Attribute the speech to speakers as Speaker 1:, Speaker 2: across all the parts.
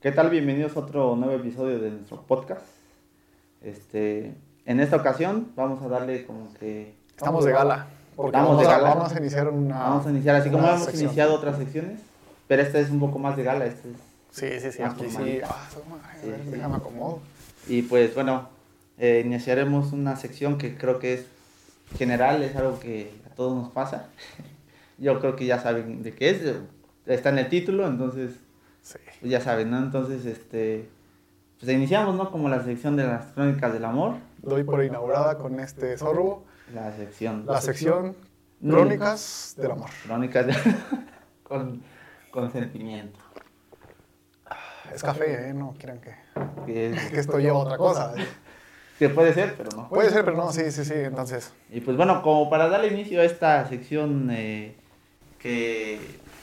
Speaker 1: ¿Qué tal? Bienvenidos a otro nuevo episodio de nuestro podcast. Este, en esta ocasión vamos a darle como que...
Speaker 2: Estamos de gala. Porque
Speaker 1: Estamos
Speaker 2: vamos,
Speaker 1: de
Speaker 2: a-
Speaker 1: gala.
Speaker 2: vamos a iniciar una.
Speaker 1: Vamos a iniciar, así como
Speaker 2: Ah, una
Speaker 1: hemos
Speaker 2: sección.
Speaker 1: iniciado otras secciones, pero esta es un poco más de gala. Este es-
Speaker 2: Sí, sí, sí.
Speaker 1: Más
Speaker 2: Aquí sí.
Speaker 1: formal.
Speaker 2: Ah, su madre, a
Speaker 1: Sí,
Speaker 2: ver,
Speaker 1: sí.
Speaker 2: Déjame acomodo.
Speaker 1: Y pues bueno, eh, iniciaremos una sección que creo que es general, es algo que a todos nos pasa. Yo creo que ya saben de qué es, eh, está en el título, entonces
Speaker 2: Sí.
Speaker 1: pues, ya saben, ¿no? Entonces, este, pues iniciamos, ¿no? Como la sección de las crónicas del amor,
Speaker 2: Doy por inaugurada con este sorbo
Speaker 1: la sección.
Speaker 2: la sección
Speaker 1: Mm.
Speaker 2: Crónicas del Amor.
Speaker 1: Crónicas de... con, con sentimiento.
Speaker 2: Es café, ¿eh? No quieran que,
Speaker 1: Que, es-
Speaker 2: que esto lleva a otra cosa.
Speaker 1: que puede ser, pero no.
Speaker 2: Puede ser, pero no, sí, sí, sí. Entonces,
Speaker 1: Y pues bueno, como para darle inicio a esta sección eh, que,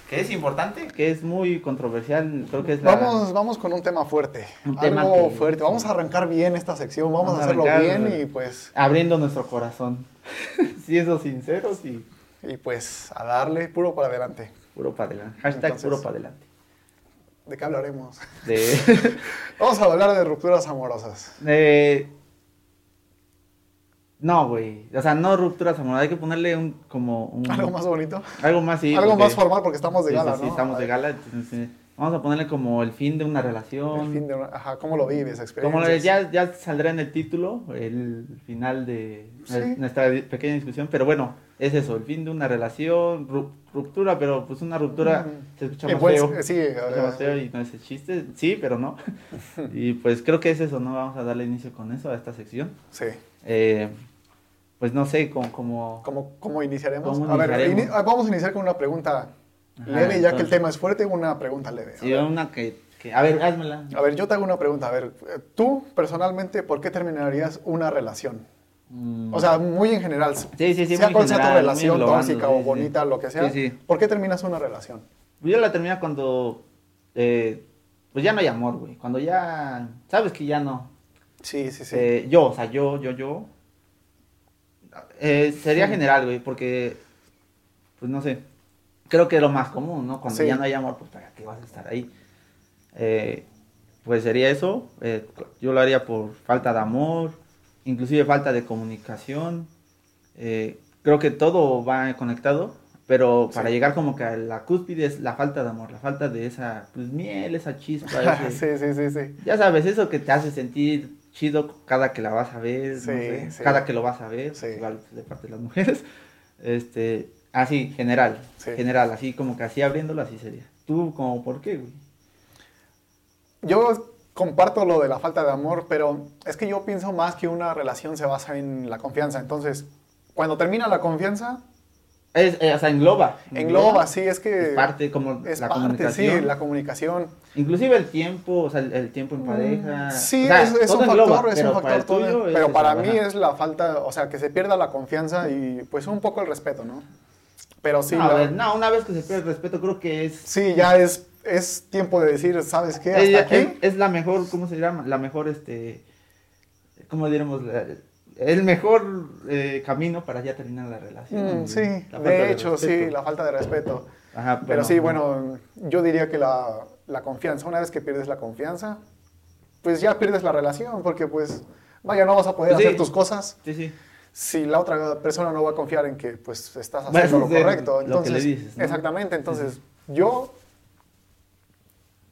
Speaker 1: que es importante, que es muy controversial, creo que es la...
Speaker 2: vamos, vamos con un tema fuerte.
Speaker 1: Un tema
Speaker 2: Algo
Speaker 1: que-
Speaker 2: fuerte. Vamos a arrancar bien esta sección. Vamos,
Speaker 1: Vamos a
Speaker 2: a hacerlo
Speaker 1: arrancar,
Speaker 2: bien
Speaker 1: eh.
Speaker 2: y pues,
Speaker 1: Abriendo nuestro corazón. si eso sinceros y
Speaker 2: y pues a darle puro para adelante.
Speaker 1: puro para adelante. Hashtag
Speaker 2: Entonces-
Speaker 1: puro para adelante.
Speaker 2: ¿De qué hablaremos?
Speaker 1: De,
Speaker 2: Vamos a hablar de rupturas amorosas.
Speaker 1: de- no, güey. O sea, no rupturas amorosas. Hay que ponerle un como un...
Speaker 2: Algo más bonito.
Speaker 1: Algo más, sí,
Speaker 2: Algo
Speaker 1: porque-
Speaker 2: más formal porque estamos de
Speaker 1: Sí,
Speaker 2: gala,
Speaker 1: sí, sí,
Speaker 2: ¿no?
Speaker 1: estamos de gala. entonces, sí. vamos a ponerle como el fin de una relación.
Speaker 2: El fin eh, de una- ajá, ¿cómo lo vives?
Speaker 1: Como ya,
Speaker 2: Experiencias.
Speaker 1: ya saldrá en el título, el final de
Speaker 2: Sí.
Speaker 1: nuestra di- pequeña discusión, pero bueno, es eso, el fin de una relación, ru- ruptura, pero pues una ruptura
Speaker 2: Mm.
Speaker 1: se escucha
Speaker 2: Eh,
Speaker 1: más
Speaker 2: pues,
Speaker 1: feo.
Speaker 2: eh, sí,
Speaker 1: se escucha
Speaker 2: eh,
Speaker 1: más feo y no es el chiste, sí, pero no. y pues creo que es eso, ¿no? Vamos a darle inicio con eso a esta sección.
Speaker 2: Sí.
Speaker 1: Eh, pues no sé, como... como
Speaker 2: ¿Cómo, cómo iniciaremos?
Speaker 1: ¿Cómo
Speaker 2: a ver,
Speaker 1: iniciaremos?
Speaker 2: ini- ah, vamos a iniciar con una pregunta
Speaker 1: Ajá,
Speaker 2: leve, ya que el
Speaker 1: entonces.
Speaker 2: tema es fuerte, una pregunta leve. A
Speaker 1: sí,
Speaker 2: ver.
Speaker 1: una que, que- A ver, házmela.
Speaker 2: A ver, yo te hago una pregunta. A ver, eh, tú personalmente, ¿por qué terminarías una relación?
Speaker 1: Mm,
Speaker 2: O sea, muy en general.
Speaker 1: sí, sí, sí,
Speaker 2: sea
Speaker 1: muy
Speaker 2: cual sea
Speaker 1: general,
Speaker 2: tu
Speaker 1: muy
Speaker 2: relación
Speaker 1: englobando,
Speaker 2: tóxica
Speaker 1: sí,
Speaker 2: o
Speaker 1: sí.
Speaker 2: bonita, lo que sea,
Speaker 1: Sí, sí.
Speaker 2: ¿por qué terminas una relación?
Speaker 1: Yo la terminé cuando. eh, pues ya no hay amor, güey. Cuando ya. Sabes que ya no.
Speaker 2: Sí, sí, sí.
Speaker 1: Eh, yo, o sea, yo, yo, yo. Eh, sería general, güey, porque. Pues no sé. Creo que es lo más común, ¿no? Cuando
Speaker 2: Sí.
Speaker 1: ya no hay amor, pues para qué vas a estar ahí. Eh, pues sería eso. eh, yo lo haría por falta de amor, inclusive falta de comunicación. Eh, creo que todo va conectado, pero para
Speaker 2: Sí.
Speaker 1: llegar como que a la cúspide es la falta de amor, la falta de esa pues, miel, esa chispa, ese,
Speaker 2: sí, sí, sí, sí.
Speaker 1: ya sabes, eso que te hace sentir chido cada que la vas a ver, no
Speaker 2: Sí,
Speaker 1: sé,
Speaker 2: sí.
Speaker 1: cada que lo vas a ver,
Speaker 2: Sí.
Speaker 1: igual de parte de las mujeres. Este, así, general,
Speaker 2: Sí.
Speaker 1: general, así como que así abriéndolo, así sería. ¿Tú como por qué, güey?
Speaker 2: Yo comparto lo de la falta de amor, pero es que yo pienso más que una relación se basa en la confianza. Entonces, cuando termina la confianza,
Speaker 1: Es, eh, o sea, engloba.
Speaker 2: engloba, sí, es que
Speaker 1: Es parte como
Speaker 2: es
Speaker 1: la
Speaker 2: parte,
Speaker 1: comunicación.
Speaker 2: sí, la comunicación. Mm,
Speaker 1: Inclusive el tiempo, o sea, el, el tiempo en pareja.
Speaker 2: Sí,
Speaker 1: o sea,
Speaker 2: es, es
Speaker 1: todo
Speaker 2: un factor,
Speaker 1: engloba,
Speaker 2: es
Speaker 1: pero
Speaker 2: un
Speaker 1: para el
Speaker 2: factor todo.
Speaker 1: tuyo es
Speaker 2: pero
Speaker 1: eso,
Speaker 2: para
Speaker 1: ajá.
Speaker 2: mí es la falta, o sea, que se pierda la confianza y pues un poco el respeto, ¿no? Pero sí,
Speaker 1: no, a
Speaker 2: la-
Speaker 1: ver, no, una vez que se pierde el respeto, creo que es
Speaker 2: sí, ya es, es tiempo de decir, ¿sabes qué? Hasta
Speaker 1: Ella
Speaker 2: aquí.
Speaker 1: es, es la mejor, ¿cómo se llama? La mejor, este, ¿cómo diremos? La- el mejor eh, camino para ya terminar la relación.
Speaker 2: Mm,
Speaker 1: güey.
Speaker 2: sí,
Speaker 1: La falta
Speaker 2: de hecho, sí,
Speaker 1: respeto.
Speaker 2: la falta de respeto.
Speaker 1: Ajá,
Speaker 2: Pero sí, bueno, yo diría que la, la confianza, una vez que pierdes la confianza, pues ya pierdes la relación, porque pues, vaya, no vas a poder
Speaker 1: Pues sí.
Speaker 2: hacer tus cosas
Speaker 1: Sí, sí.
Speaker 2: si la otra persona no va a confiar en que pues estás
Speaker 1: Vas a
Speaker 2: haciendo lo
Speaker 1: hacer lo
Speaker 2: correcto.
Speaker 1: que
Speaker 2: Entonces,
Speaker 1: le dices, ¿no?
Speaker 2: Exactamente, entonces yo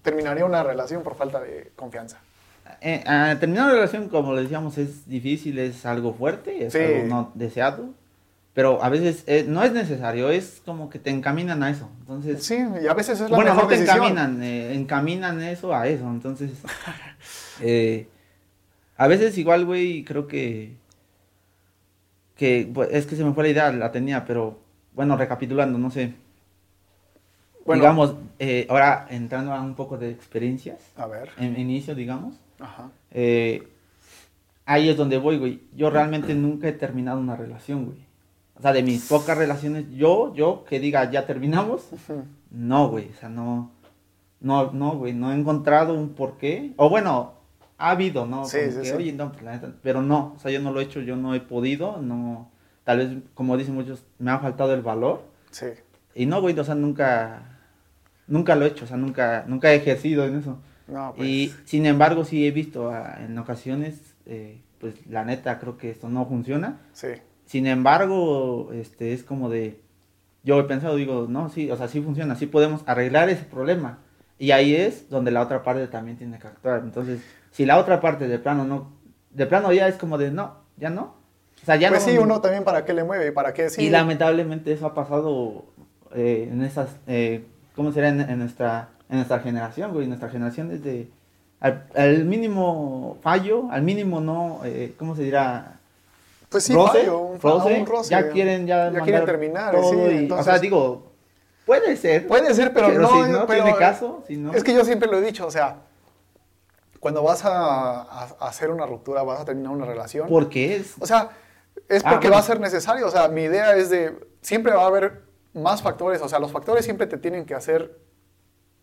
Speaker 2: terminaría una relación por falta de confianza.
Speaker 1: Eh, ah, terminar la relación, como le decíamos, es difícil, es algo fuerte, es
Speaker 2: Sí.
Speaker 1: algo no deseado. Pero a veces eh, no es necesario, es como que te encaminan a eso. Entonces,
Speaker 2: Sí, y a veces es la
Speaker 1: bueno,
Speaker 2: mejor
Speaker 1: no te
Speaker 2: decisión.
Speaker 1: encaminan, eh, encaminan eso a eso. Entonces, eh, a veces igual, güey, creo que, que pues, es que se me fue la idea, la tenía, pero bueno, recapitulando, no sé.
Speaker 2: Bueno,
Speaker 1: Digamos, eh, ahora entrando a un poco de experiencias,
Speaker 2: A ver.
Speaker 1: en, inicio, digamos.
Speaker 2: Ajá.
Speaker 1: eh, ahí es donde voy, güey. Yo realmente nunca he terminado una relación, güey. O sea, de mis pocas relaciones, yo, yo, que diga, ya terminamos,
Speaker 2: Ujú.
Speaker 1: no, güey, o sea, no, no, no, güey, no he encontrado un porqué. O bueno, ha habido, ¿no?
Speaker 2: Sí,
Speaker 1: Como
Speaker 2: sí,
Speaker 1: que,
Speaker 2: sí.
Speaker 1: Oye, no, pues, la neta", pero no, o sea, yo no lo he hecho, yo no he podido, no, tal vez, como dicen muchos, me ha faltado el valor.
Speaker 2: Sí.
Speaker 1: Y no, güey, o sea, nunca, nunca lo he hecho, o sea, nunca, nunca he ejercido en eso.
Speaker 2: No, pues.
Speaker 1: Y sin embargo, sí he visto ah, en ocasiones, eh, pues la neta, creo que esto no funciona.
Speaker 2: Sí.
Speaker 1: Sin embargo, este es como de, yo he pensado, digo, no, sí, o sea, sí funciona, sí podemos arreglar ese problema. Y ahí es donde la otra parte también tiene que actuar. Entonces, si la otra parte de plano no, de plano ya es como de, no, ya no. O sea, ya
Speaker 2: pues
Speaker 1: no.
Speaker 2: sí, uno también para qué le mueve y para qué sí.
Speaker 1: Y lamentablemente eso ha pasado eh, en esas, eh, ¿cómo será? En, en nuestra, en nuestra generación, güey, en nuestra generación desde, al, al mínimo fallo, al mínimo no, eh, ¿cómo se dirá?
Speaker 2: Pues sí,
Speaker 1: roce,
Speaker 2: fallo, un, fa-
Speaker 1: roce,
Speaker 2: un roce.
Speaker 1: ya quieren ya, mandar
Speaker 2: quieren terminar,
Speaker 1: todo
Speaker 2: sí,
Speaker 1: y- o sea
Speaker 2: entonces-
Speaker 1: digo puede ser
Speaker 2: Puede ser, pero, no, eh,
Speaker 1: si no
Speaker 2: pero-
Speaker 1: tiene caso si no
Speaker 2: Es que yo siempre lo he dicho, o sea, cuando vas a, a- a hacer una ruptura, vas a terminar una relación.
Speaker 1: porque es
Speaker 2: O sea, es
Speaker 1: Ah,
Speaker 2: porque
Speaker 1: bueno.
Speaker 2: va a ser necesario. O sea, mi idea es de, siempre va a haber más factores. O sea, los factores siempre te tienen que hacer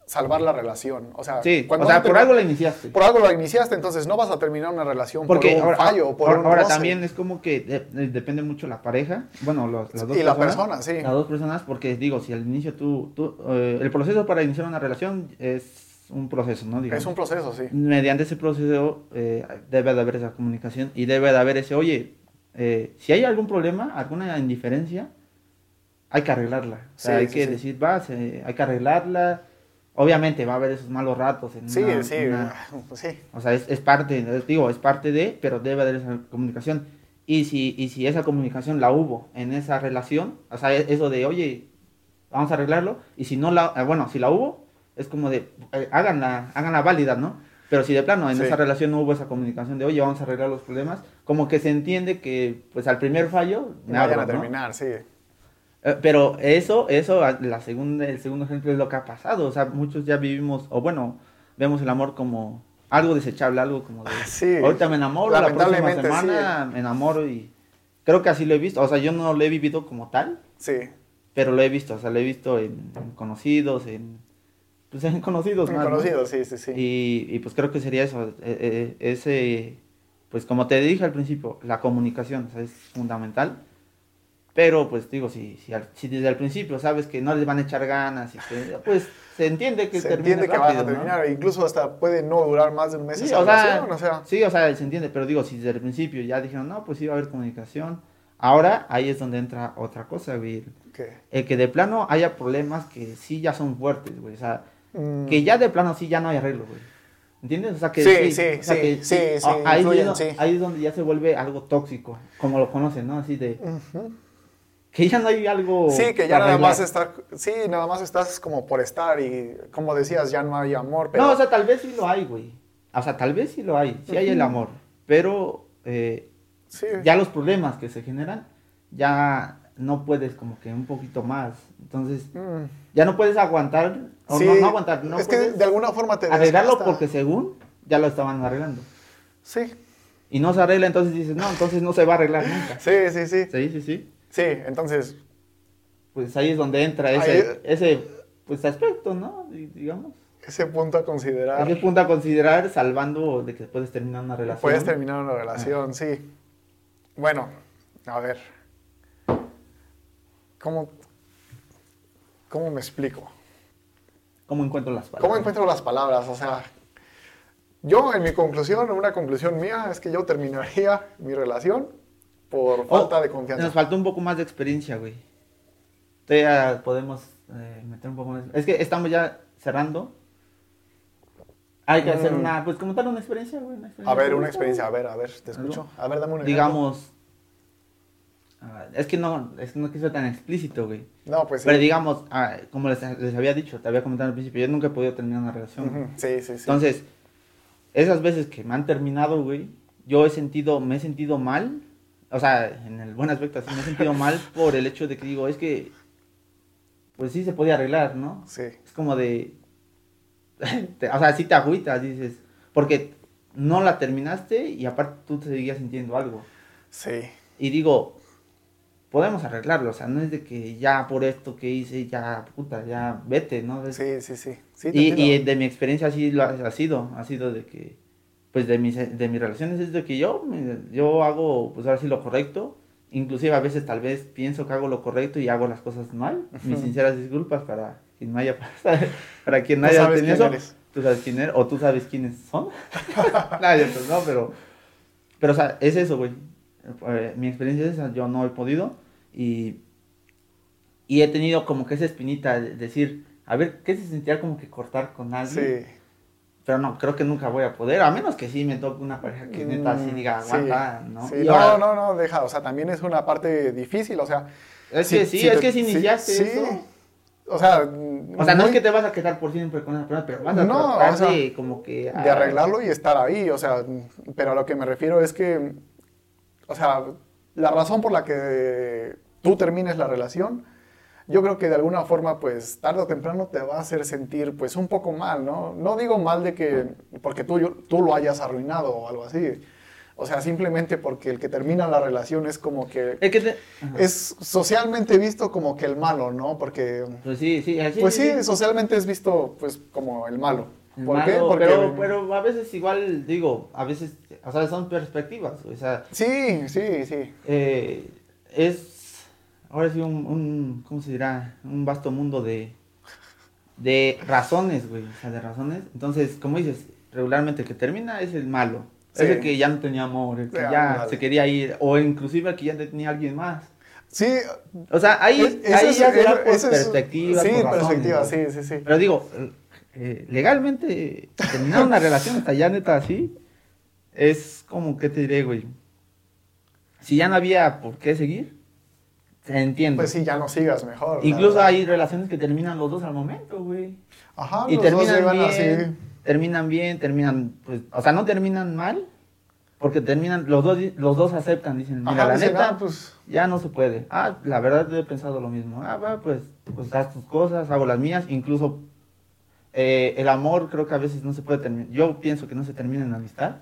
Speaker 2: salvar la relación. O sea,
Speaker 1: sí o
Speaker 2: cuando
Speaker 1: sea
Speaker 2: vas a
Speaker 1: por
Speaker 2: terminar-
Speaker 1: algo la iniciaste
Speaker 2: por algo la iniciaste, entonces no vas a terminar una relación
Speaker 1: porque
Speaker 2: por un
Speaker 1: ahora,
Speaker 2: fallo o por
Speaker 1: ahora-
Speaker 2: un
Speaker 1: ahora
Speaker 2: roce.
Speaker 1: también es como que de- de- depende mucho la pareja bueno los- las dos
Speaker 2: Y la
Speaker 1: personas,
Speaker 2: persona, sí.
Speaker 1: las dos personas porque digo si al inicio tú, tú, eh, el proceso para iniciar una relación es un proceso no Digamos.
Speaker 2: Es un proceso, sí.
Speaker 1: mediante ese proceso eh, debe de haber esa comunicación y debe de haber ese, oye, eh, si hay algún problema, alguna indiferencia, hay que arreglarla. O sea,
Speaker 2: Sí,
Speaker 1: hay
Speaker 2: sí,
Speaker 1: que
Speaker 2: sí.
Speaker 1: decir, va, se- hay que arreglarla. Obviamente va a haber esos malos ratos. En
Speaker 2: Sí,
Speaker 1: una-
Speaker 2: sí,
Speaker 1: una-
Speaker 2: sí.
Speaker 1: o sea, es, es parte, es- digo, es parte de, pero debe haber esa comunicación. Y si, y si esa comunicación la hubo en esa relación, o sea, e- eso de, oye, vamos a arreglarlo, y si no la, eh, bueno, si la hubo, es como de, eh, háganla, háganla válida, ¿no? Pero si de plano en
Speaker 2: Sí.
Speaker 1: esa relación no hubo esa comunicación de, oye, vamos a arreglar los problemas, como que se entiende que, pues, al primer fallo, me
Speaker 2: No
Speaker 1: abro,
Speaker 2: vayan a
Speaker 1: ¿no?
Speaker 2: terminar, sí.
Speaker 1: Eh, Pero eso, eso, a- la segunda, el segundo ejemplo es lo que ha pasado. O sea, muchos ya vivimos, o bueno, vemos el amor como algo desechable, algo como de,
Speaker 2: Sí.
Speaker 1: ahorita me enamoro, la próxima
Speaker 2: Lamentablemente,
Speaker 1: semana me enamoro y creo que así lo he visto. O sea, yo no lo he vivido como tal,
Speaker 2: Sí.
Speaker 1: pero lo he visto. O sea, lo he visto en, en conocidos, en, pues en conocidos más, ¿no?
Speaker 2: Conocido, sí, sí, sí.
Speaker 1: Y, y, pues creo que sería eso, eh, eh, ese, pues como te dije al principio, la comunicación o sea, es fundamental. Pero pues digo, si, si, al- si desde el principio sabes que no les van a echar ganas, y que, pues se entiende que
Speaker 2: se
Speaker 1: termine
Speaker 2: entiende que vas
Speaker 1: rápido,
Speaker 2: a
Speaker 1: ¿no?
Speaker 2: terminar, e incluso hasta puede no durar más de un mes
Speaker 1: Sí,
Speaker 2: esa
Speaker 1: o sea,
Speaker 2: relación, o sea,
Speaker 1: Sí, o sea, se entiende, pero digo, si desde el principio ya dijeron, no, pues sí va a haber comunicación, ahora ahí es donde entra otra cosa, güey.
Speaker 2: que,
Speaker 1: El que de plano haya problemas que sí ya son fuertes, güey. O sea,
Speaker 2: mm,
Speaker 1: que ya de plano sí ya no hay arreglo, güey. ¿Entiendes? O sea que
Speaker 2: Sí, sí,
Speaker 1: o sea
Speaker 2: sí,
Speaker 1: que
Speaker 2: sí, sí,
Speaker 1: Ah, ahí,
Speaker 2: influyen,
Speaker 1: es,
Speaker 2: sí.
Speaker 1: ahí es donde ya se vuelve algo tóxico, como lo conocen, ¿no? Así de
Speaker 2: ujú.
Speaker 1: que ya no hay algo
Speaker 2: Sí, que ya
Speaker 1: para
Speaker 2: nada más
Speaker 1: arreglar.
Speaker 2: estar, sí, nada más estás como por estar y como decías, ya no hay amor, pero
Speaker 1: No, o sea, tal vez sí lo hay, güey. O sea, tal vez sí lo hay, sí hay el amor, pero eh,
Speaker 2: sí,
Speaker 1: ya los problemas que se generan ya no puedes como que un poquito más. Entonces,
Speaker 2: mm,
Speaker 1: ya no puedes aguantar o
Speaker 2: sí,
Speaker 1: no, no aguantar, no
Speaker 2: es que
Speaker 1: puedes
Speaker 2: de alguna forma te
Speaker 1: arreglarlo
Speaker 2: desgasta.
Speaker 1: porque según ya lo estaban arreglando.
Speaker 2: sí,
Speaker 1: y no se arregla, entonces dices, no, entonces no se va a arreglar nunca.
Speaker 2: sí, sí, sí,
Speaker 1: Sí, sí, sí.
Speaker 2: sí, entonces,
Speaker 1: Pues ahí es donde entra
Speaker 2: Ahí-
Speaker 1: ese, ese pues, aspecto, ¿no? Di- Digamos.
Speaker 2: ese punto a considerar,
Speaker 1: ¿Qué punto a considerar salvando de que puedes terminar una relación?
Speaker 2: puedes terminar una relación, sí, bueno, a ver, ¿cómo, cómo me explico?
Speaker 1: ¿Cómo encuentro las palabras?
Speaker 2: ¿Cómo encuentro las palabras? O sea, yo en mi conclusión, una conclusión mía es que yo terminaría mi relación por
Speaker 1: Oh,
Speaker 2: falta de confianza.
Speaker 1: Nos faltó un poco más de experiencia, güey. Todavía podemos eh, meter un poco más. Es que estamos ya cerrando. Hay que hacer
Speaker 2: Mm.
Speaker 1: una, pues como tal, una experiencia, güey. una
Speaker 2: A ver, una
Speaker 1: experiencia.
Speaker 2: experiencia, a ver, a ver, te escucho. A ver, dame una.
Speaker 1: Digamos. ah, es que no, es que no quiso tan explícito, güey.
Speaker 2: No, pues sí.
Speaker 1: Pero digamos, ah, como les, les había dicho, te había comentado al principio, yo nunca he podido terminar una relación.
Speaker 2: Ujú, Sí, sí, sí.
Speaker 1: Entonces, esas veces que me han terminado, güey, yo he sentido, me he sentido mal, o sea, en el buen aspecto, así, me he sentido mal por el hecho de que digo, es que, pues sí se podía arreglar, ¿no?
Speaker 2: sí.
Speaker 1: Es como de, te- o sea, sí te agüitas, dices, porque no la terminaste y aparte tú te seguías sintiendo algo.
Speaker 2: Sí.
Speaker 1: Y digo, podemos arreglarlo, o sea, no es de que ya por esto que hice, ya puta, ya vete, ¿no? Es-
Speaker 2: Sí, sí, sí. Sí, te
Speaker 1: y, y
Speaker 2: entiendo.
Speaker 1: de mi experiencia así lo ha, ha sido, ha sido de que, pues de mis, de mis relaciones es de que yo, me- yo hago, pues ahora sí lo correcto, inclusive a veces tal vez pienso que hago lo correcto y hago las cosas mal, mis sinceras disculpas para quien no haya pasado, para quien no
Speaker 2: Tú
Speaker 1: haya
Speaker 2: sabes
Speaker 1: tenido
Speaker 2: quién
Speaker 1: eso,
Speaker 2: eres.
Speaker 1: tú sabes quién eres, o tú sabes quiénes son. Nadie, pues no, pero, pero, o sea, es eso, güey. Eh, mi experiencia es esa, yo no he podido y, y he tenido como que esa espinita de decir, a ver, ¿qué se sentía como que cortar con alguien?
Speaker 2: Sí.
Speaker 1: Pero no, creo que nunca voy a poder, a menos que sí me toque una pareja que neta así
Speaker 2: Mm,
Speaker 1: diga,
Speaker 2: sí,
Speaker 1: aguanta, ¿no?
Speaker 2: sí.
Speaker 1: Y
Speaker 2: No,
Speaker 1: ahora-
Speaker 2: no, no, deja, o sea, también es una parte difícil, o sea.
Speaker 1: Es que sí, es
Speaker 2: te-
Speaker 1: que si iniciaste
Speaker 2: sí.
Speaker 1: eso.
Speaker 2: O sea,
Speaker 1: O sea, no es
Speaker 2: muy-
Speaker 1: que te vas a quedar por siempre con esa persona, pero vas a
Speaker 2: No, o
Speaker 1: tratar
Speaker 2: sea,
Speaker 1: de como que...
Speaker 2: de arreglarlo y estar ahí, o sea, pero a lo que me refiero es que, o sea, la razón por la que tú termines la relación, yo creo que de alguna forma, pues, tarde o temprano te va a hacer sentir, pues, un poco mal, ¿no? No digo mal de que, porque tú, yo- tú lo hayas arruinado o algo así, o sea, simplemente porque el que termina la relación es como que,
Speaker 1: Es que te... Ajá.
Speaker 2: es socialmente visto como que el malo, ¿no? Porque,
Speaker 1: Pues sí, sí, así
Speaker 2: pues sí, socialmente es visto, pues, como el malo.
Speaker 1: Es
Speaker 2: ¿Por qué?
Speaker 1: malo,
Speaker 2: Porque...
Speaker 1: Pero, pero a veces igual, digo, a veces, o sea, son perspectivas, o sea,
Speaker 2: Sí, sí, sí.
Speaker 1: eh, es, ahora sí, un, un, ¿cómo se dirá? Un vasto mundo de, de razones, güey, o sea, de razones. Entonces, como dices, regularmente el que termina es el malo, es
Speaker 2: Sí.
Speaker 1: el que ya no tenía amor, el que
Speaker 2: Sí,
Speaker 1: ya
Speaker 2: ándale.
Speaker 1: se quería ir, o inclusive el que ya tenía alguien más.
Speaker 2: Sí,
Speaker 1: O sea, ahí,
Speaker 2: es- ese
Speaker 1: ahí
Speaker 2: es-
Speaker 1: ya será
Speaker 2: ese
Speaker 1: por
Speaker 2: es-
Speaker 1: perspectivas,
Speaker 2: Sí,
Speaker 1: por razones,
Speaker 2: perspectiva,
Speaker 1: güey.
Speaker 2: sí, sí, sí.
Speaker 1: Pero digo, eh, legalmente, terminar una relación hasta ya neta así, es como, ¿qué te diré, güey? Si ya no había por qué seguir, se entiende.
Speaker 2: Pues sí, ya no sigas mejor. la
Speaker 1: Incluso
Speaker 2: verdad.
Speaker 1: hay relaciones que terminan los dos al momento, güey.
Speaker 2: Ajá,
Speaker 1: Y
Speaker 2: los dos
Speaker 1: terminan
Speaker 2: llegan
Speaker 1: bien,
Speaker 2: así.
Speaker 1: terminan bien, terminan, pues, o sea, no terminan mal, porque terminan, los dos, los dos aceptan, dicen, mira,
Speaker 2: Ajá,
Speaker 1: la
Speaker 2: dicen,
Speaker 1: neta,
Speaker 2: ah, pues,
Speaker 1: ya no se puede. Ah, la verdad yo he pensado lo mismo. Ah, va, pues, pues haz tus cosas, hago las mías. Incluso eh, el amor creo que a veces no se puede terminar. Yo pienso que no se termina en amistad.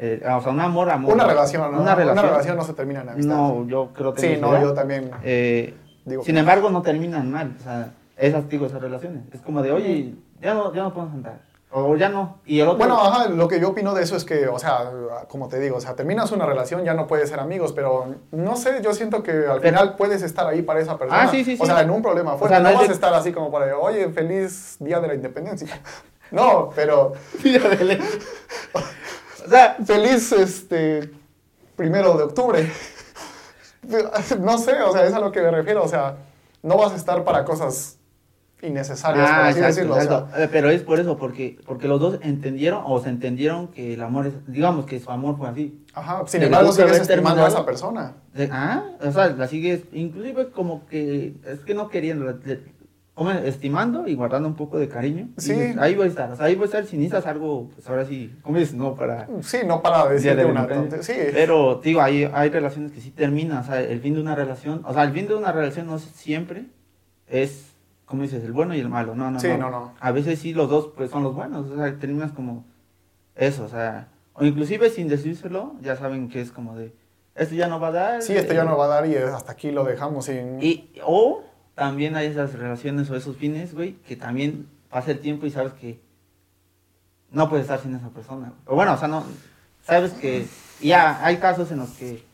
Speaker 1: Eh, o sea, un amor, amor.
Speaker 2: una relación, ¿no?
Speaker 1: Una relación.
Speaker 2: no se termina en amistad.
Speaker 1: no, yo creo que
Speaker 2: sí,
Speaker 1: se
Speaker 2: no,
Speaker 1: da.
Speaker 2: yo también.
Speaker 1: Eh,
Speaker 2: Digo
Speaker 1: sin
Speaker 2: que-
Speaker 1: embargo, no terminan mal. O sea, es antiguo esas relaciones. Es como de, oye, ya no, ya no podemos andar. O ya no. Y el otro...
Speaker 2: Bueno, ajá, lo que yo opino de eso es que, o sea, como te digo, o sea, terminas una relación, ya no puedes ser amigos, pero no sé, yo siento que al final puedes estar ahí para esa persona.
Speaker 1: Ah, sí, sí,
Speaker 2: O
Speaker 1: sí.
Speaker 2: sea, en un problema
Speaker 1: O
Speaker 2: fuerte,
Speaker 1: sea, no
Speaker 2: no,
Speaker 1: es
Speaker 2: vas
Speaker 1: de-
Speaker 2: a estar así como para, oye, feliz día de la independencia. No, pero
Speaker 1: o sea,
Speaker 2: feliz este primero de octubre. No sé, o sea, es a lo que me refiero, o sea, no vas a estar para cosas innecesarias, por
Speaker 1: Ah,
Speaker 2: así
Speaker 1: exacto,
Speaker 2: decirlo. o sea,
Speaker 1: exacto. Eh, Pero es por eso, porque, porque los dos entendieron o se entendieron que el amor es, digamos que su amor fue así.
Speaker 2: ajá, sin
Speaker 1: ¿Le
Speaker 2: embargo,
Speaker 1: gusta
Speaker 2: sigues
Speaker 1: haber
Speaker 2: estimando a
Speaker 1: terminado?
Speaker 2: esa persona.
Speaker 1: De- ah, o sea, la sigues, inclusive como que, es que no queriendo, la- le- como estimando y guardando un poco de cariño. Y
Speaker 2: Sí.
Speaker 1: dices, ahí voy a estar, o sea, ahí voy a estar si necesitas algo, pues ahora sí, ¿cómo dices? No, para...
Speaker 2: Sí, no para
Speaker 1: Día
Speaker 2: decirte
Speaker 1: de la
Speaker 2: una
Speaker 1: Independencia.
Speaker 2: tontería. Sí,
Speaker 1: Pero, digo, hay, hay relaciones que sí terminan, o sea, el fin de una relación, o sea, el fin de una relación no es siempre es, como dices, el bueno y el malo, no, no,
Speaker 2: Sí,
Speaker 1: no.
Speaker 2: no, no.
Speaker 1: A veces sí los dos, pues, son los buenos, o sea, terminas como eso, o sea, o inclusive sin decírselo, ya saben que es como de, esto ya no va a dar.
Speaker 2: sí, esto ya no va a dar y hasta aquí lo dejamos sin...
Speaker 1: eh, Y, o también hay esas relaciones o esos fines, güey, que también pasa el tiempo y sabes que no puedes estar sin esa persona. O bueno, o sea, no, sabes que ya hay casos en los que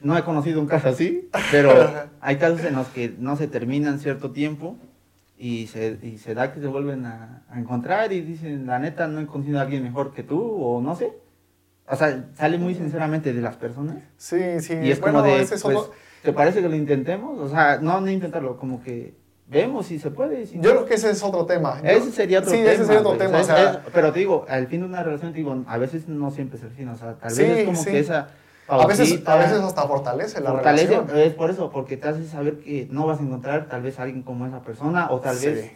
Speaker 1: no he conocido un caso así, pero hay casos en los que no se terminan cierto tiempo y se, y se da que se vuelven a, a encontrar y dicen, la neta, no he conocido a alguien mejor que tú o no sé. O sea, sale muy sinceramente de las personas.
Speaker 2: Sí, sí,
Speaker 1: Y es
Speaker 2: bueno,
Speaker 1: como de,
Speaker 2: ese es
Speaker 1: pues,
Speaker 2: otro-
Speaker 1: ¿te parece que lo intentemos? O sea, no, no intentarlo, como que vemos si se puede. y si no.
Speaker 2: Yo creo que ese es otro tema. Yo-
Speaker 1: Ese sería otro
Speaker 2: sí,
Speaker 1: tema.
Speaker 2: ese sería otro
Speaker 1: güey.
Speaker 2: tema, o
Speaker 1: Es-
Speaker 2: sea-
Speaker 1: es- pero te digo, al fin de una relación, te digo, a veces no siempre es el fin. O sea, tal vez
Speaker 2: Sí,
Speaker 1: es como
Speaker 2: sí.
Speaker 1: que esa
Speaker 2: A veces,
Speaker 1: pausita,
Speaker 2: a veces hasta fortalece la
Speaker 1: fortalece, eh,
Speaker 2: relación.
Speaker 1: Es por eso, porque te hace saber que no vas a encontrar tal vez a alguien como esa persona, o tal
Speaker 2: Sí.
Speaker 1: vez,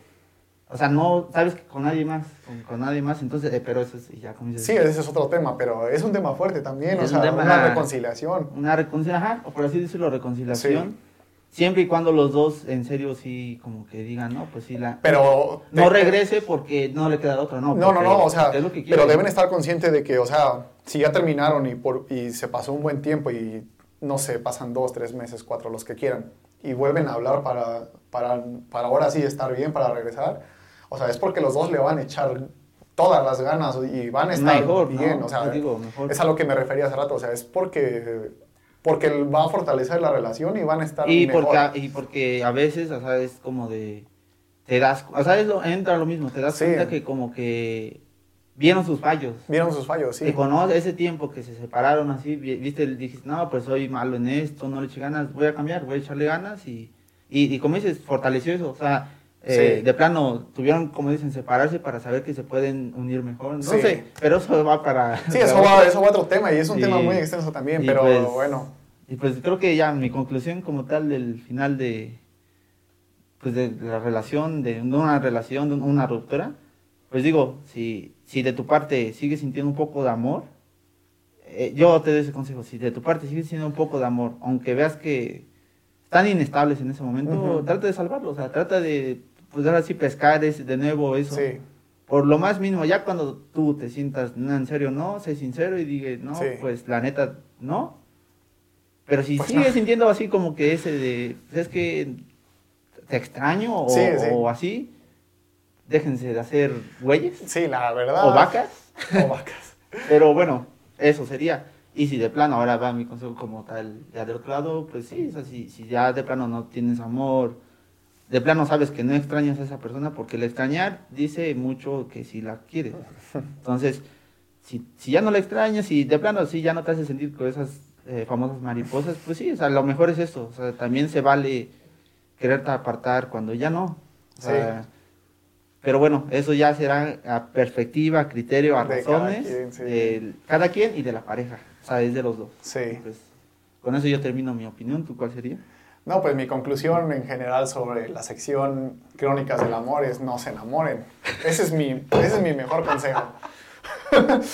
Speaker 1: o sea, no, sabes que con nadie más, con, con nadie más, entonces, eh, pero eso es, y ya como dices,
Speaker 2: Sí, ese es otro tema, pero es un tema fuerte también, o
Speaker 1: Es un
Speaker 2: sea,
Speaker 1: tema-
Speaker 2: una reconciliación.
Speaker 1: una reconciliación, ajá, o por así decirlo, reconciliación. Siempre y cuando los dos en serio sí como que digan, no, pues sí la
Speaker 2: Pero
Speaker 1: no
Speaker 2: te-
Speaker 1: regrese porque no le queda otra, no.
Speaker 2: No, no,
Speaker 1: porque
Speaker 2: no, o sea,
Speaker 1: es lo que
Speaker 2: pero
Speaker 1: quiere.
Speaker 2: deben estar conscientes de que, o sea, si ya terminaron y, por, y se pasó un buen tiempo y, no sé, pasan dos, tres meses, cuatro, los que quieran, y vuelven a hablar para, para, para ahora sí estar bien, para regresar, o sea, es porque los dos le van a echar todas las ganas y van a estar
Speaker 1: Mejor, ¿no?
Speaker 2: bien, o sea,
Speaker 1: Yo digo, mejor.
Speaker 2: es a lo que me refería hace rato, o sea, es porque, porque va a fortalecer la relación y van a estar
Speaker 1: y
Speaker 2: mejor.
Speaker 1: porque, a- y porque a veces, o sea, es como de te das, o sea, es lo- entra lo mismo, te das
Speaker 2: Sí.
Speaker 1: cuenta que como que vieron sus fallos.
Speaker 2: Vieron sus fallos, sí.
Speaker 1: Te conoce ese tiempo que se separaron así, vi- viste, le dijiste, no, pues soy malo en esto, no le eché ganas, voy a cambiar, voy a echarle ganas y, y, y como dices, fortaleció eso, o sea, eh,
Speaker 2: Sí.
Speaker 1: de plano tuvieron, como dicen, separarse para saber que se pueden unir mejor, no
Speaker 2: Sí.
Speaker 1: sé, pero eso va para...
Speaker 2: Sí, eso va, eso va a otro tema y es un
Speaker 1: Sí.
Speaker 2: tema muy extenso también,
Speaker 1: Y
Speaker 2: pero
Speaker 1: pues-
Speaker 2: bueno,
Speaker 1: Y pues creo que ya mi conclusión como tal del final de, pues de la relación, de una relación, de una ruptura, pues digo, si, si de tu parte sigues sintiendo un poco de amor, eh, yo te doy ese consejo, si de tu parte sigues sintiendo un poco de amor, aunque veas que están inestables en ese momento,
Speaker 2: Ujú.
Speaker 1: trata de salvarlo, o sea, trata de, pues ahora sí, pescar ese- de nuevo eso.
Speaker 2: sí,
Speaker 1: Por lo más mínimo, ya cuando tú te sientas, no, en serio, no, sé sincero y diga, no,
Speaker 2: Sí.
Speaker 1: pues la neta, no. Pero si
Speaker 2: Pues
Speaker 1: sigues
Speaker 2: no.
Speaker 1: sintiendo así como que ese de, pues, es que te extraño o,
Speaker 2: Sí, sí.
Speaker 1: o así, déjense de hacer güeyes
Speaker 2: sí, la verdad.
Speaker 1: o vacas.
Speaker 2: O vacas.
Speaker 1: Pero bueno, eso sería. Y si de plano, ahora va mi consejo como tal, ya del otro lado, pues sí, o sea, si, si ya de plano no tienes amor, de plano sabes que no extrañas a esa persona, porque el extrañar dice mucho que si la quieres. Entonces, si, si ya no la extrañas y de plano sí ya no te hace sentir con esas eh, famosas mariposas, pues sí, o sea, lo mejor es eso. O sea, también se vale quererte apartar cuando ya no. O sea, Pero bueno, eso ya será a perspectiva, a criterio, a
Speaker 2: De cada
Speaker 1: razones
Speaker 2: quien, sí.
Speaker 1: de cada quien y de la pareja. O sea, es de los dos.
Speaker 2: Sí.
Speaker 1: Pues, con eso yo termino mi opinión. ¿Tú cuál sería?
Speaker 2: No, pues mi conclusión en general sobre la sección Crónicas del Amor es no se enamoren. Ese es mi, ese es mi mejor consejo.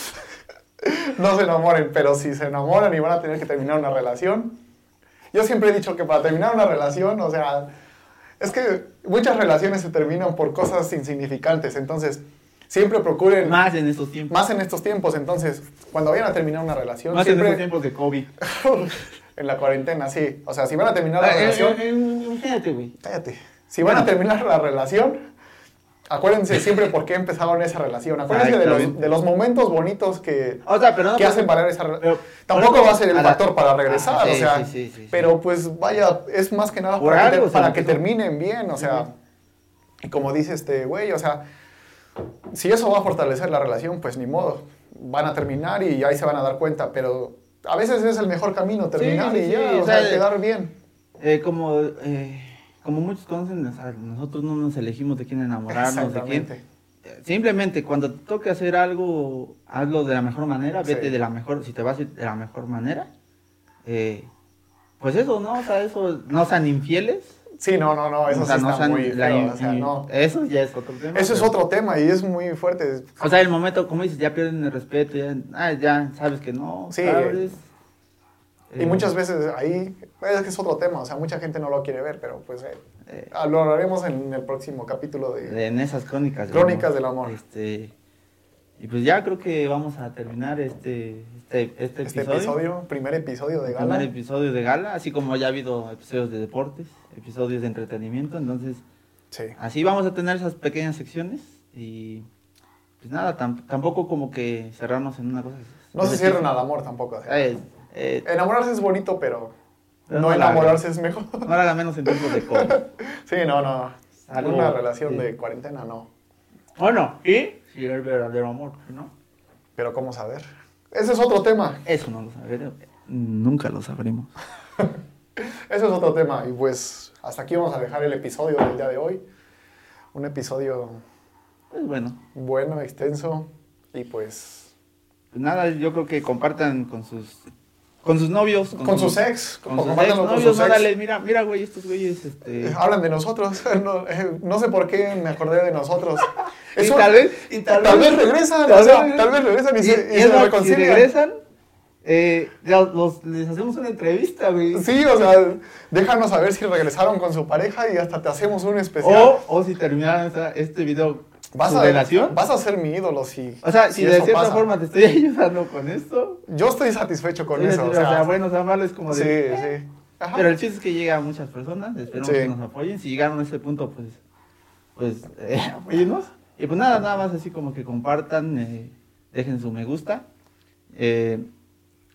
Speaker 2: no se enamoren, pero si se enamoran y van a tener que terminar una relación, yo siempre he dicho que para terminar una relación, o sea, es que muchas relaciones se terminan por cosas insignificantes, entonces siempre procuren más,
Speaker 1: Más en estos tiempos.
Speaker 2: en estos tiempos, entonces cuando vayan a terminar una relación,
Speaker 1: Más en
Speaker 2: siempre
Speaker 1: estos tiempos de COVID.
Speaker 2: en la cuarentena, sí, o sea, si van a terminar
Speaker 1: Ah,
Speaker 2: una
Speaker 1: eh,
Speaker 2: relación...
Speaker 1: eh, eh, Imagínate, güey.
Speaker 2: Cállate. Si van a terminar la relación, acuérdense siempre por qué empezaron esa relación. Acuérdense de los,
Speaker 1: Exactamente.
Speaker 2: de los momentos bonitos que,
Speaker 1: O sea, pero no.
Speaker 2: que
Speaker 1: pues,
Speaker 2: hacen valer esa
Speaker 1: pero-
Speaker 2: relación. Tampoco
Speaker 1: pero-
Speaker 2: va a ser el
Speaker 1: a la-
Speaker 2: factor para regresar,
Speaker 1: Ajá,
Speaker 2: o
Speaker 1: sí,
Speaker 2: sea,
Speaker 1: sí, sí, sí, sí.
Speaker 2: pero pues vaya, es más que nada
Speaker 1: Por
Speaker 2: para,
Speaker 1: algo
Speaker 2: que,
Speaker 1: se
Speaker 2: para que
Speaker 1: empezó.
Speaker 2: terminen bien, o sea,
Speaker 1: Ujú.
Speaker 2: y como dice este güey, o sea, si eso va a fortalecer la relación, pues ni modo, van a terminar y ahí se van a dar cuenta, pero a veces es el mejor camino, terminar
Speaker 1: sí,
Speaker 2: y
Speaker 1: sí,
Speaker 2: ya, o
Speaker 1: o
Speaker 2: sea,
Speaker 1: sea,
Speaker 2: quedar bien.
Speaker 1: Eh, como, eh, como muchos conocen, o sea, nosotros no nos elegimos de quién enamorarnos, de quién.
Speaker 2: Exactamente.
Speaker 1: Simplemente cuando te toque hacer algo, hazlo de la mejor manera, vete
Speaker 2: Sí.
Speaker 1: de la mejor, si te vas a ir de la mejor manera, eh, pues eso, ¿no? O sea, eso, no sean infieles.
Speaker 2: Sí, no, no, no, eso
Speaker 1: o sea,
Speaker 2: sí
Speaker 1: no
Speaker 2: está
Speaker 1: sean
Speaker 2: muy
Speaker 1: la in-
Speaker 2: feo, o sea,
Speaker 1: in-
Speaker 2: no.
Speaker 1: Eso ya es otro tema.
Speaker 2: Eso es
Speaker 1: pero-
Speaker 2: otro tema y es muy fuerte.
Speaker 1: O sea, el momento, como dices, ya pierden el respeto, ya, ah, ya sabes que no,
Speaker 2: Sí.
Speaker 1: sabes.
Speaker 2: Y
Speaker 1: Eh,
Speaker 2: muchas veces ahí, es que es otro tema, o sea, mucha gente no lo quiere ver, pero pues eh,
Speaker 1: eh,
Speaker 2: ah, lo hablaremos en el próximo capítulo de...
Speaker 1: en esas crónicas.
Speaker 2: Crónicas del amor.
Speaker 1: Este, y pues ya creo que vamos a terminar este, este, este,
Speaker 2: Este
Speaker 1: episodio.
Speaker 2: episodio, primer episodio de
Speaker 1: El
Speaker 2: Gala.
Speaker 1: primer episodio de gala, así como ya ha habido episodios de deportes, episodios de entretenimiento, entonces
Speaker 2: Sí,
Speaker 1: así vamos a tener esas pequeñas secciones y pues nada, tam- tampoco como que cerrarnos en una cosa.
Speaker 2: no se cierren al amor tampoco. o sea.
Speaker 1: Eh, eh,
Speaker 2: Enamorarse es bonito, pero
Speaker 1: Pero
Speaker 2: no
Speaker 1: no la
Speaker 2: enamorarse es mejor.
Speaker 1: no la hagan menos en tiempos de COVID.
Speaker 2: Sí, no, no.
Speaker 1: Algo-
Speaker 2: Una relación
Speaker 1: sí.
Speaker 2: de cuarentena, no.
Speaker 1: Bueno, y si es verdadero amor, ¿no?
Speaker 2: Pero ¿cómo saber? Ese es otro tema.
Speaker 1: Eso no lo sabremos. Nunca lo sabremos.
Speaker 2: Ese es otro tema. Y pues hasta aquí vamos a dejar el episodio del día de hoy. Un episodio
Speaker 1: Pues bueno,
Speaker 2: bueno, extenso. Y pues
Speaker 1: pues nada, yo creo que compartan con sus con sus novios,
Speaker 2: con sus ex,
Speaker 1: con
Speaker 2: o
Speaker 1: sus ex
Speaker 2: compártanlo con
Speaker 1: novios,
Speaker 2: sus ex.
Speaker 1: órale, mira, mira, güey, estos güeyes, este...
Speaker 2: Eh, Hablan de nosotros. No, eh, no sé por qué me acordé de nosotros.
Speaker 1: Y
Speaker 2: Eso-
Speaker 1: tal vez, y
Speaker 2: tal, vez regresan.
Speaker 1: tal
Speaker 2: o sea,
Speaker 1: vez-
Speaker 2: tal vez regresan y, se, y
Speaker 1: es
Speaker 2: se
Speaker 1: más,
Speaker 2: reconcilian.
Speaker 1: Si regresan, eh, los- los- les hacemos una entrevista, güey.
Speaker 2: Sí, o sea, déjanos saber si regresaron con su pareja y hasta te hacemos un especial.
Speaker 1: o, o si terminaron esta- este video,
Speaker 2: vas
Speaker 1: su
Speaker 2: a,
Speaker 1: relación.
Speaker 2: Vas a ser mi ídolo si.
Speaker 1: o sea, si, de
Speaker 2: eso
Speaker 1: cierta
Speaker 2: pasa.
Speaker 1: forma te estoy ayudando con esto.
Speaker 2: Yo estoy satisfecho con
Speaker 1: sí,
Speaker 2: eso.
Speaker 1: o sea, bueno, o sea, malo es como
Speaker 2: Sí,
Speaker 1: de...
Speaker 2: sí. Ajá.
Speaker 1: Pero el chiste es que llega a muchas personas, esperemos
Speaker 2: Sí.
Speaker 1: que nos apoyen. Si llegaron a ese punto, pues, pues, eh, apóyennos. Y pues nada, nada más así como que compartan, eh, dejen su me gusta. Eh,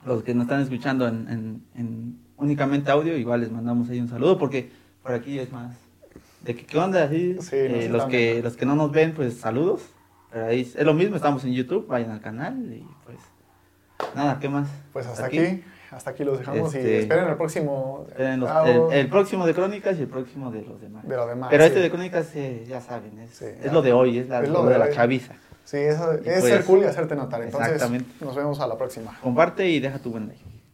Speaker 1: los que nos están escuchando en, en- en únicamente audio, igual les mandamos ahí un saludo porque por aquí es más, de que qué onda, así,
Speaker 2: Sí,
Speaker 1: eh,
Speaker 2: nos están
Speaker 1: los, que,
Speaker 2: viendo.
Speaker 1: los que no nos ven, pues saludos. Pero ahí es es lo mismo, estamos en YouTube, vayan al canal y pues nada, ¿qué más?
Speaker 2: Pues hasta aquí, hasta aquí los dejamos y
Speaker 1: Este-
Speaker 2: esperen el próximo
Speaker 1: Esperen los-
Speaker 2: octavo
Speaker 1: el, el próximo de Crónicas y el próximo de los demás.
Speaker 2: de los demás.
Speaker 1: Pero
Speaker 2: sí.
Speaker 1: este de Crónicas, eh, ya saben, es,
Speaker 2: Sí,
Speaker 1: es
Speaker 2: ya.
Speaker 1: lo de hoy, es, la,
Speaker 2: Es lo
Speaker 1: lo
Speaker 2: de
Speaker 1: de la
Speaker 2: hoy.
Speaker 1: chaviza.
Speaker 2: Sí, eso-
Speaker 1: Y
Speaker 2: es
Speaker 1: pues-
Speaker 2: ser cool y hacerte notar. Entonces,
Speaker 1: Exactamente.
Speaker 2: nos vemos a la próxima.
Speaker 1: Comparte y deja tu buen like.